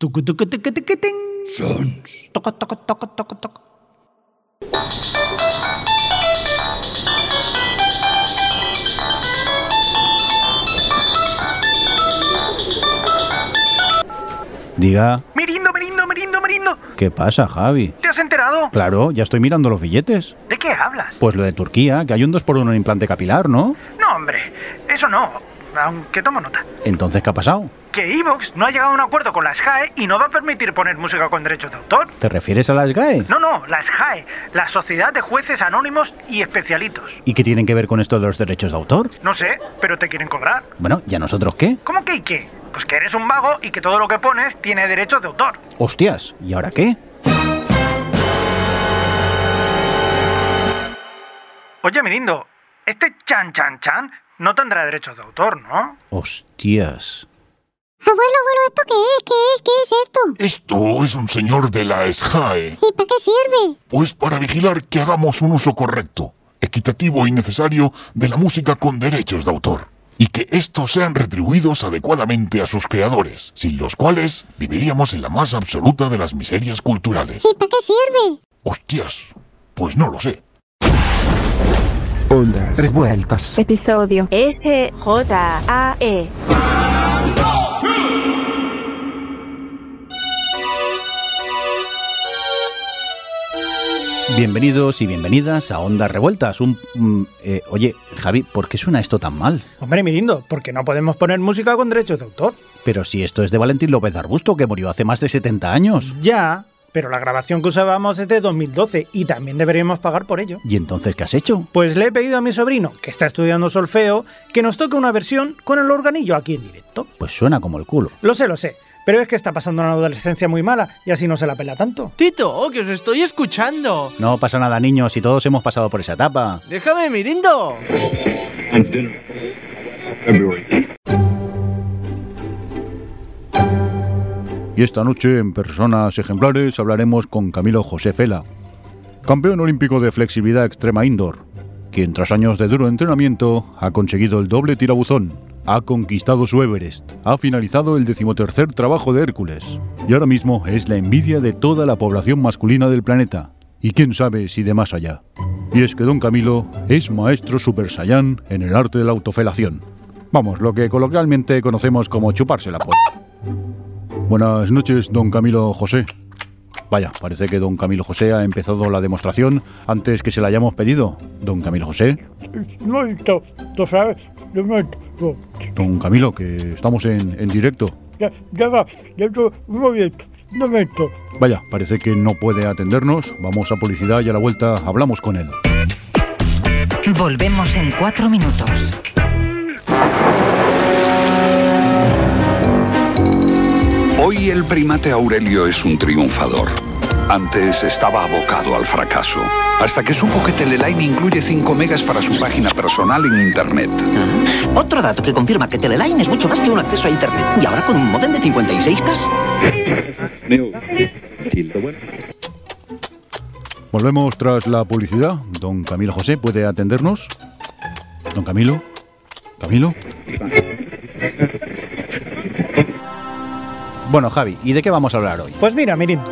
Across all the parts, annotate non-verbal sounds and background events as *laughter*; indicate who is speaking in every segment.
Speaker 1: Tucu, tucu, tucu, tucu, ting. Toco, toco, toco, toco, toco.
Speaker 2: Diga,
Speaker 3: Mirindo, Mirindo, Mirindo, Mirindo,
Speaker 2: ¿qué pasa, Javi?
Speaker 3: ¿te has enterado?
Speaker 2: Claro, ya estoy mirando los billetes.
Speaker 3: ¿De qué hablas?
Speaker 2: Pues lo de Turquía, que hay un 2x1 en implante capilar, ¿no?
Speaker 3: No, hombre, eso no, aunque tomo nota.
Speaker 2: Entonces, ¿qué ha pasado?
Speaker 3: Que Evox no ha llegado a un acuerdo con las JAE y no va a permitir poner música con derechos de autor.
Speaker 2: ¿Te refieres a las GAE?
Speaker 3: No, no, las JAE, la Sociedad de Jueces Anónimos y Especialitos.
Speaker 2: ¿Y qué tienen que ver con esto de los derechos de autor?
Speaker 3: No sé, pero te quieren cobrar.
Speaker 2: Bueno, ¿y a nosotros qué?
Speaker 3: ¿Cómo que y qué? Pues que eres un vago y que todo lo que pones tiene derechos de autor.
Speaker 2: Hostias, ¿y ahora qué?
Speaker 3: Oye, Mirindo, este Chan Chan Chan no tendrá derechos de autor, ¿no?
Speaker 2: Hostias.
Speaker 4: Abuelo, abuelo, ¿esto qué es? ¿Qué es? ¿Qué es esto?
Speaker 5: Esto es un señor de la SJAE,
Speaker 4: ¿Y para qué sirve?
Speaker 5: pues para vigilar que hagamos un uso correcto, equitativo y necesario de la música con derechos de autor, y que estos sean retribuidos adecuadamente a sus creadores, sin los cuales viviríamos en la más absoluta de las miserias culturales.
Speaker 4: ¿Y para qué sirve?
Speaker 5: Hostias, pues no lo sé.
Speaker 6: Ondas revueltas.
Speaker 7: Episodio SJAE.
Speaker 2: Bienvenidos y bienvenidas a Ondas Revueltas. Un, mm, eh, oye, Javi, ¿por qué suena esto tan mal?
Speaker 1: Hombre, Mirindo, ¿por qué no podemos poner música con derechos de autor?
Speaker 2: Pero si esto es de Valentín López Arbusto, que murió hace más de 70 años.
Speaker 1: Ya, pero la grabación que usábamos es de 2012 y también deberíamos pagar por ello.
Speaker 2: ¿Y entonces qué has hecho?
Speaker 1: Pues le he pedido a mi sobrino, que está estudiando solfeo, que nos toque una versión con el organillo aquí en directo.
Speaker 2: Pues suena como el culo.
Speaker 1: Lo sé, lo sé, pero es que está pasando una adolescencia muy mala y así no se la pela tanto.
Speaker 8: Tito, que os estoy escuchando.
Speaker 2: No pasa nada, niños, si todos hemos pasado por esa etapa.
Speaker 8: Déjame mirindo.
Speaker 2: Y esta noche, en personas ejemplares, hablaremos con Camilo José Cela, campeón olímpico de flexibilidad extrema indoor, quien tras años de duro entrenamiento ha conseguido el doble tirabuzón, ha conquistado su Everest, ha finalizado el decimotercer trabajo de Hércules y ahora mismo es la envidia de toda la población masculina del planeta y quién sabe si de más allá. Y es que don Camilo es maestro super saiyán en el arte de la autofelación. Vamos, lo que coloquialmente conocemos como chuparse la puerta. Buenas noches, don Camilo José. Vaya, parece que don Camilo José ha empezado la demostración antes que se la hayamos pedido. Don Camilo José.
Speaker 9: momento, tú sabes, de momento, no,
Speaker 2: Don Camilo, que estamos en, en directo.
Speaker 9: ya, ya va, ya tú, un momento, un momento.
Speaker 2: Vaya, parece que no puede atendernos. Vamos a publicidad y a la vuelta hablamos con él.
Speaker 10: Volvemos en cuatro minutos.
Speaker 11: Hoy el primate Aurelio es un triunfador. Antes estaba abocado al fracaso, hasta que supo que Teleline incluye 5 megas para su página personal en Internet.
Speaker 10: Otro dato que confirma que Teleline es mucho más que un acceso a Internet. Y ahora con un modem de 56K.
Speaker 2: Volvemos tras la publicidad. Don Camilo José puede atendernos. Don Camilo. Camilo. Bueno, Javi, ¿y de qué vamos a hablar hoy?
Speaker 1: Pues mira, Mirindo,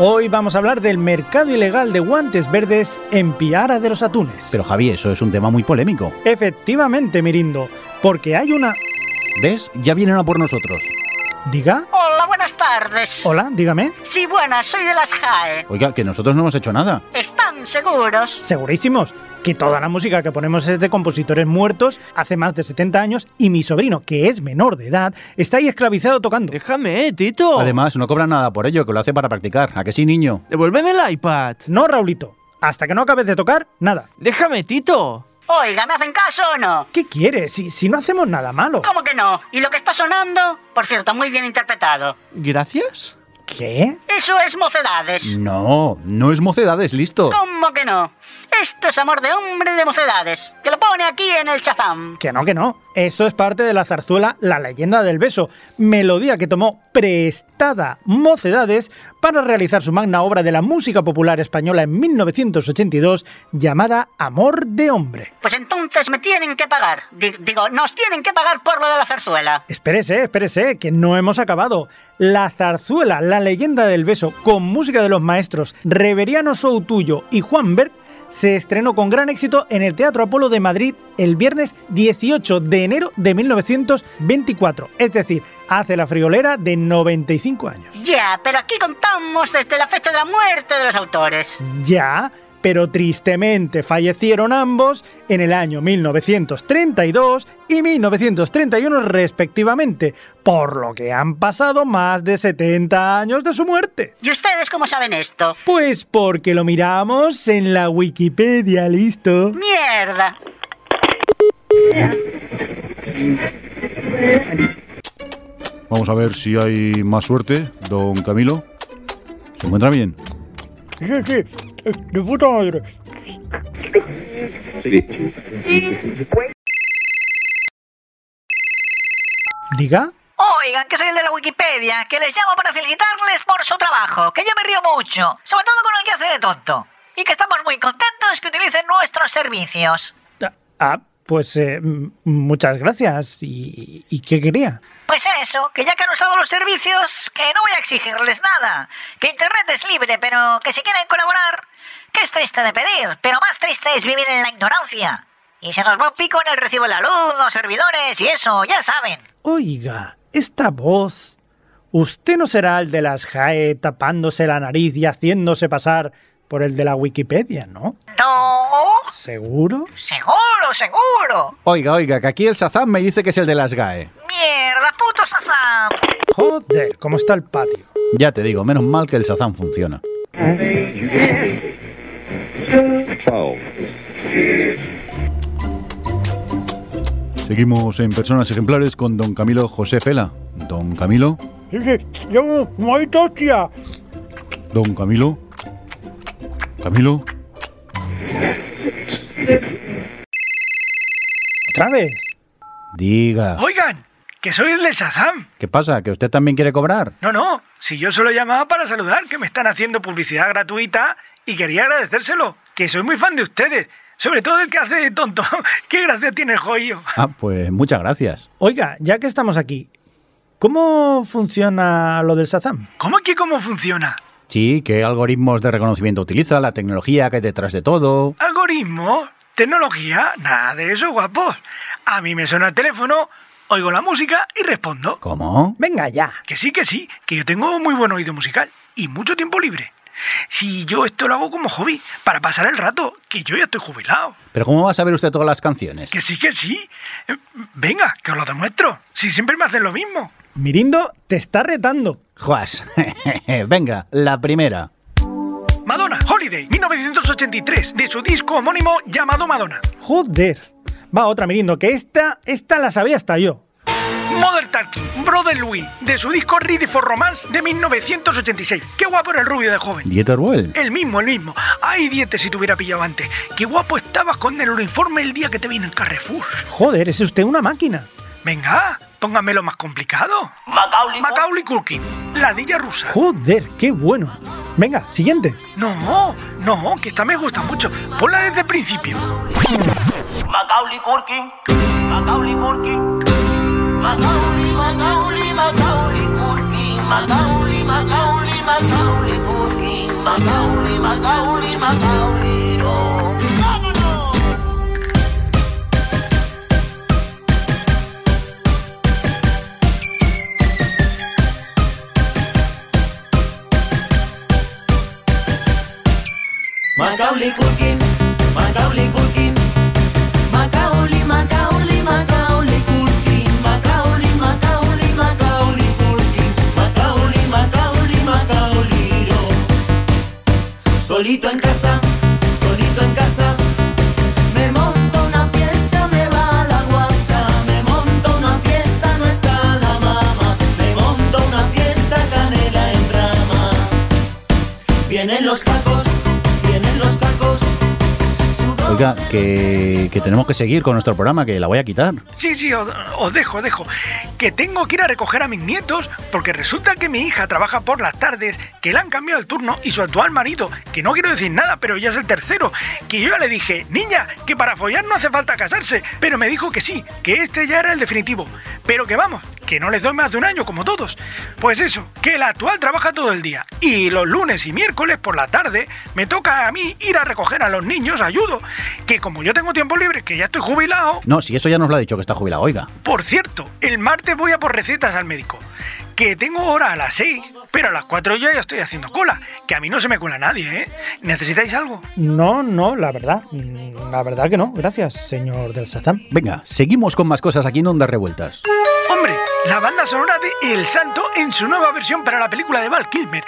Speaker 1: hoy vamos a hablar del mercado ilegal de guantes verdes en Piara de los Atunes.
Speaker 2: Pero Javi, eso es un tema muy polémico.
Speaker 1: Efectivamente, Mirindo, porque hay una...
Speaker 2: ¿Ves? Ya vienen a por nosotros.
Speaker 1: ¿Diga?
Speaker 12: Hola, buenas tardes.
Speaker 1: Hola, dígame.
Speaker 12: Sí, buenas, soy de las JAE.
Speaker 2: Oiga, que nosotros no hemos hecho nada.
Speaker 12: ¿Están seguros?
Speaker 1: Segurísimos que toda la música que ponemos es de compositores muertos hace más de 70 años y mi sobrino, que es menor de edad, está ahí esclavizado tocando.
Speaker 8: Déjame, eh, Tito.
Speaker 2: Además, no cobran nada por ello, que lo hace para practicar. ¿A que sí, niño?
Speaker 8: Devuélveme el iPad.
Speaker 1: No, Raulito, hasta que no acabes de tocar, nada.
Speaker 8: Déjame, Tito.
Speaker 12: Oiga, ¿me hacen caso o no?
Speaker 1: ¿Qué quieres? Si, si no hacemos nada malo.
Speaker 12: ¿Cómo que no? ¿Y lo que está sonando? Por cierto, muy bien interpretado.
Speaker 8: Gracias.
Speaker 1: ¿Qué?
Speaker 12: Eso es mocedades.
Speaker 2: No, no es mocedades, listo.
Speaker 12: Oh. ¿Cómo que no? Esto es amor de hombre de mocedades, que lo pone aquí en el Chazam.
Speaker 3: Que no, que no. Eso es parte de la zarzuela La leyenda del beso, melodía que tomó prestada Mocedades para realizar su magna obra de la música popular española en 1982 llamada Amor de hombre.
Speaker 12: Pues entonces me tienen que pagar. Di- digo, nos tienen que pagar por lo de la zarzuela.
Speaker 3: Espérese, espérese, que no hemos acabado. La zarzuela, la leyenda del beso, con música de los maestros Reveriano Soutuyo y Juan Bert, se estrenó con gran éxito en el Teatro Apolo de Madrid el viernes 18 de enero de 1924, es decir, hace la friolera de 95 años.
Speaker 12: Ya, pero aquí contamos desde la fecha de la muerte de los autores.
Speaker 3: Ya, pero tristemente fallecieron ambos en el año 1932 y 1931 respectivamente, por lo que han pasado más de 70 años de su muerte.
Speaker 12: ¿Y ustedes cómo saben esto?
Speaker 3: Pues porque lo miramos en la Wikipedia, listo.
Speaker 12: Mierda.
Speaker 13: Vamos a ver si hay más suerte, don Camilo. ¿Se encuentra bien?
Speaker 14: Sí, sí, de puta madre.
Speaker 3: Diga.
Speaker 12: Oigan, que soy el de la Wikipedia, que les llamo para felicitarles por su trabajo, que yo me río mucho, sobre todo con el que hace de tonto. Y que estamos muy contentos que utilicen nuestros servicios.
Speaker 3: Ah, pues eh, m- muchas gracias. ¿Y, y qué quería?
Speaker 12: Pues eso, que ya que han usado los servicios, que no voy a exigirles nada. Que Internet es libre, pero que si quieren colaborar, que es triste de pedir, pero más triste es vivir en la ignorancia. Y se nos va un pico en el recibo de la luz, los servidores y eso, ya saben.
Speaker 3: Oiga, esta voz. ¿Usted no será el de las JAE tapándose la nariz y haciéndose pasar por el de la Wikipedia, no?
Speaker 12: No,
Speaker 3: ¿Seguro?
Speaker 12: seguro, seguro.
Speaker 2: Oiga, oiga, que aquí el Sazam me dice que es el de las E. GAE.
Speaker 12: Mierda, puto Sazam.
Speaker 3: Joder, ¿cómo está el patio?
Speaker 2: Ya te digo, menos mal que el Sazam funciona.
Speaker 13: Seguimos en personas ejemplares con don Camilo José Fela. Don Camilo,
Speaker 14: Sí, sí, llevo fumadito, hostia.
Speaker 13: don Camilo. Camilo,
Speaker 3: ¿Otra vez?
Speaker 2: Diga.
Speaker 15: Oigan, que soy el de Shazam.
Speaker 2: ¿Qué pasa? ¿Que usted también quiere cobrar?
Speaker 15: No, no, si yo solo llamaba para saludar, que me están haciendo publicidad gratuita y quería agradecérselo, que soy muy fan de ustedes, sobre todo el que hace de tonto. *laughs* Qué gracia tiene el joyo.
Speaker 2: Ah, pues muchas gracias.
Speaker 3: Oiga, ya que estamos aquí, ¿cómo funciona lo del Shazam?
Speaker 15: ¿Cómo que cómo funciona?
Speaker 2: Sí, ¿qué algoritmos de reconocimiento utiliza? ¿La tecnología que hay detrás de todo?
Speaker 15: ¿Algoritmo? ¿Tecnología? Nada de eso, guapos. A mí me suena el teléfono, oigo la música y respondo.
Speaker 2: ¿Cómo?
Speaker 3: Venga ya.
Speaker 15: Que sí, que sí, que yo tengo muy buen oído musical y mucho tiempo libre. Si yo esto lo hago como hobby, para pasar el rato, que yo ya estoy jubilado.
Speaker 2: ¿Pero cómo va a saber usted todas las canciones?
Speaker 15: Que sí, que sí. Eh, Venga, que os lo demuestro. Si siempre me hacen lo mismo.
Speaker 3: Mirindo te está retando.
Speaker 2: Juas. *laughs* Venga, la primera.
Speaker 15: Madonna, Holiday, 1983, de su disco homónimo llamado Madonna.
Speaker 3: Joder. Va otra Mirindo, que esta, esta la sabía hasta yo.
Speaker 15: Mother Talking, Brother Louis, de su disco Ready for Romance de 1986. Qué guapo era el rubio de joven.
Speaker 2: Dieter Boel.
Speaker 15: El mismo, el mismo. Ay, diente si te hubiera pillado antes. Qué guapo estabas con el uniforme el día que te vi en el Carrefour.
Speaker 3: Joder, es usted una máquina.
Speaker 15: Venga, póngamelo más complicado. Macaulay, Culkin, la dilla rusa.
Speaker 3: Joder, qué bueno. Venga, siguiente.
Speaker 15: No, no, que esta me gusta mucho. Ponla desde el principio.
Speaker 16: Macaulay Culkin, Macaulay Culkin, Macaulay, Macaulay, Macaulay Culkin, Macaulay, Macaulay, Macaulay Culkin, Macaulay, Macaulay, Macaulay, no. ¡Vámonos! Macaulay Culkin, Macaulay Culkin, Macaulay, Macaulay, Macaulay Culkin, Macaulay, Macaulay, Macaulay Culkin, Macaulay, Macaulay, Macaulay no. Solito en casa, solito en casa, me monto una fiesta, me va la guasa, me monto una fiesta, no está la mama, me monto una fiesta, canela en rama. Vienen los tacos, vienen los tacos,
Speaker 2: Chica, que, que tenemos que seguir con nuestro programa, que la voy a quitar.
Speaker 3: Sí, sí, os, os dejo, os dejo. Que tengo que ir a recoger a mis nietos porque resulta que mi hija trabaja por las tardes, que le han cambiado el turno y su actual marido, que no quiero decir nada, pero ya es el tercero, que yo ya le dije, niña, que para follar no hace falta casarse, pero me dijo que sí, que este ya era el definitivo, pero que vamos, que no les doy más de un año como todos. Pues eso, que la actual trabaja todo el día y los lunes y miércoles por la tarde me toca a mí ir a recoger a los niños, ayudo, que como yo tengo tiempo libre, que ya estoy jubilado,
Speaker 2: No, si eso ya nos lo ha dicho que está jubilado, oiga.
Speaker 3: por cierto, el martes voy a por recetas al médico. Que tengo hora a las 6, pero a las 4 yo ya estoy haciendo cola. Que a mí no se me cuela nadie, ¿eh? ¿Necesitáis algo?
Speaker 1: No, no, la verdad. mm, La verdad que no. Gracias, señor del Sazam.
Speaker 2: Venga, seguimos con más cosas aquí en Ondas Revueltas.
Speaker 3: Hombre, la banda sonora de El Santo en su nueva versión para la película de Val Kilmer.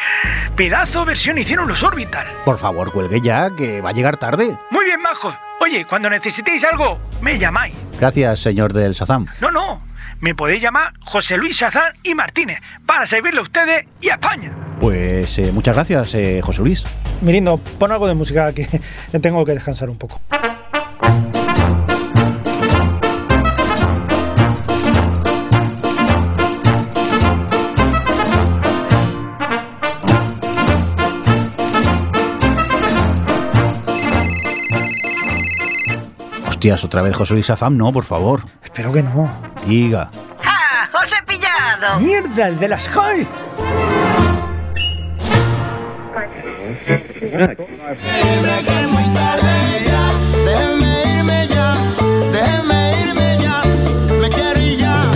Speaker 3: Pedazo versión hicieron los Orbital.
Speaker 2: Por favor, cuelgue ya, que va a llegar tarde.
Speaker 3: Muy bien, majos. Oye, cuando necesitéis algo, me llamáis.
Speaker 2: Gracias, señor del Sazam.
Speaker 3: No, no. Me podéis llamar José Luis Sazán y Martínez para servirle a ustedes y a España.
Speaker 2: Pues eh, muchas gracias, eh, José Luis.
Speaker 1: Mirindo, pon algo de música que *laughs* tengo que descansar un poco.
Speaker 2: Hostias, otra vez José Luis Sazam, no, por favor.
Speaker 1: Espero que no.
Speaker 2: Diga.
Speaker 17: ¡Ja! ¡Os he pillado!
Speaker 1: ¡Mierda, el de las Hall!
Speaker 12: Déjenme irme ya, déjenme irme ya, me quiero ir ya.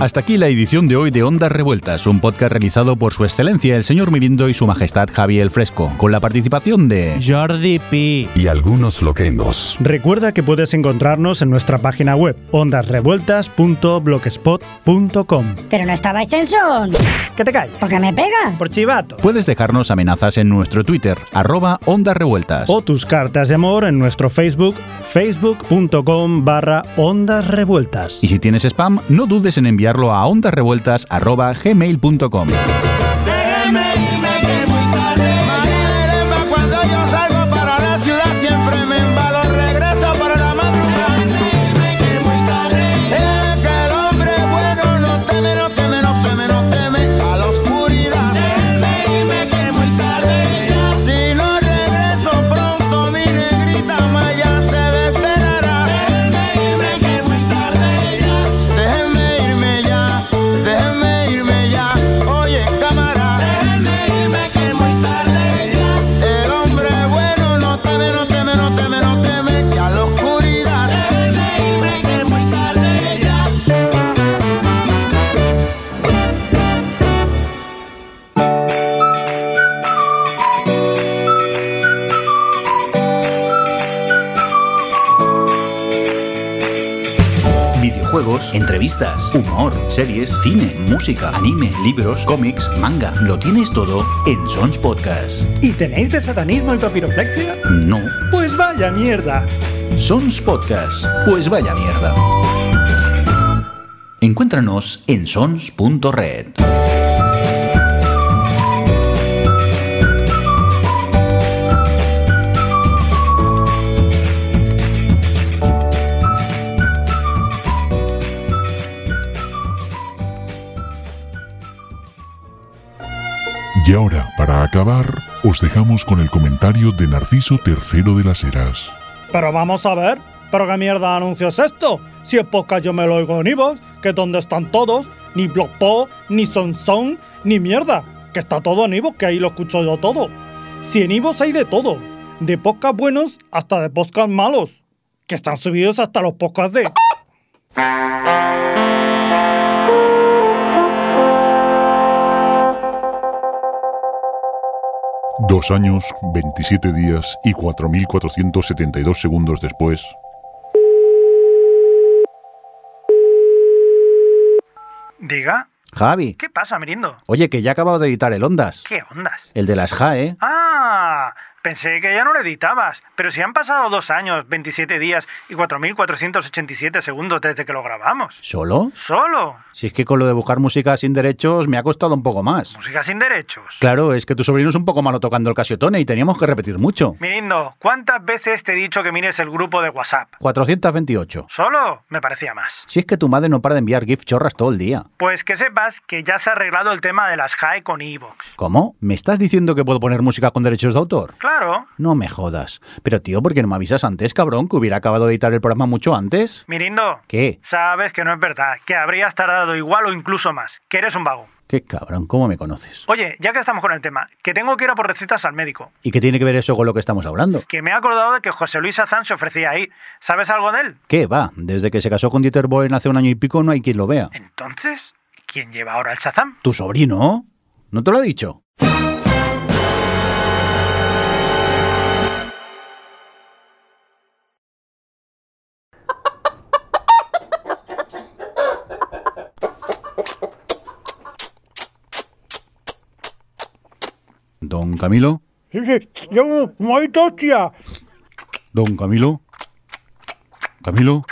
Speaker 2: Hasta aquí la edición de hoy de Ondas Revueltas, un podcast realizado por Su Excelencia el señor Mirindo y Su Majestad Javier Fresco, con la participación de
Speaker 18: Jordi P.
Speaker 19: y algunos loquendos.
Speaker 1: Recuerda que puedes encontrarnos en nuestra página web ondasrevueltas.blogspot.com.
Speaker 7: Pero no estabais en son.
Speaker 1: ¿Qué te calles?
Speaker 7: ¿Por qué me pegas?
Speaker 1: Por chivato.
Speaker 2: Puedes dejarnos amenazas en nuestro Twitter, arroba Ondas Revueltas.
Speaker 1: O tus cartas de amor en nuestro Facebook, facebook.com barra ondas revueltas.
Speaker 2: Y si tienes spam, no dudes en enviarlo a ondasrevueltas.gmail.com.
Speaker 12: Déjenme irme que es muy tarde. María cuando yo salgo para la ciudad siempre me embalo, regreso para la madrugada. Déjenme irme que es muy tarde. Es que el hombre bueno no teme, no teme, no teme, no teme a la oscuridad. Déjenme irme que es muy tarde. Si no regreso pronto mi negrita Maya se desesperará. Déjenme irme que es muy tarde ya. Déjenme irme ya, déjenme irme ya, oye cámara. Déjenme irme que es muy tarde ya. El hombre bueno no teme, no teme, no teme, no teme que a la oscuridad. Déjenme irme que es muy tarde ya.
Speaker 2: Videojuegos, entrevistas, humor, series, cine, música, anime, libros, cómics, manga. Lo tienes todo en Sons Podcast.
Speaker 1: ¿Y tenéis de satanismo y papiroflexia?
Speaker 2: No,
Speaker 1: Pues vaya mierda.
Speaker 2: Sons Podcast. Pues vaya mierda. Encuéntranos en sons.red.
Speaker 5: Y ahora, para acabar, os dejamos con el comentario de Narciso III de las Heras.
Speaker 1: Pero vamos a ver, ¿pero qué mierda de anuncio es esto? Si es podcast yo me lo oigo en Ivox, que donde están todos, ni Blogpo, ni Sonson, ni mierda, que está todo en Ivox, que ahí lo escucho yo todo. Si en Ivox hay de todo, de podcast buenos hasta de podcast malos, que están subidos hasta los podcasts de...
Speaker 5: Dos años, 27 días y 4.472 segundos después,
Speaker 3: Diga,
Speaker 2: Javi,
Speaker 3: ¿qué pasa, Mirindo?
Speaker 2: oye, que ya he acabado de editar el Ondas.
Speaker 3: ¿Qué ondas?
Speaker 2: El de las JAE.
Speaker 3: Ah, Pensé que ya no lo editabas, pero si han pasado dos años, 27 días y 4.487 segundos desde que lo grabamos.
Speaker 2: ¿Solo?
Speaker 3: Solo.
Speaker 2: Si es que con lo de buscar música sin derechos me ha costado un poco más.
Speaker 3: Música sin derechos.
Speaker 2: Claro, es que tu sobrino es un poco malo tocando el casiotone y teníamos que repetir mucho.
Speaker 3: Mirindo, ¿cuántas veces te he dicho que mires el grupo de WhatsApp?
Speaker 2: 428.
Speaker 3: Solo me parecía más.
Speaker 2: Si es que tu madre no para de enviar GIF chorras todo el día.
Speaker 3: Pues que sepas que ya se ha arreglado el tema de las JAE con Evox.
Speaker 2: ¿Cómo? ¿Me estás diciendo que puedo poner música con derechos de autor?
Speaker 3: Claro.
Speaker 2: No me jodas. Pero tío, ¿por qué no me avisas antes, cabrón? Que hubiera acabado de editar el programa mucho antes.
Speaker 3: Mirindo.
Speaker 2: ¿Qué?
Speaker 3: Sabes que no es verdad, que habrías tardado igual o incluso más, que eres un vago.
Speaker 2: Qué cabrón, ¿cómo me conoces?
Speaker 3: Oye, ya que estamos con el tema, que tengo que ir a por recetas al médico.
Speaker 2: ¿Y qué tiene que ver eso con lo que estamos hablando?
Speaker 3: Que me he acordado de que José Luis Azán se ofrecía ahí. ¿Sabes algo de él?
Speaker 2: ¿Qué va? Desde que se casó con Dieter Bohlen hace un año y pico no hay quien lo vea.
Speaker 3: Entonces, ¿quién lleva ahora el Shazam?
Speaker 2: ¿Tu sobrino? ¿No te lo ha dicho?
Speaker 20: Don Camilo,
Speaker 1: Sí, sí, yo, muy hostia.
Speaker 20: don Camilo. Camilo,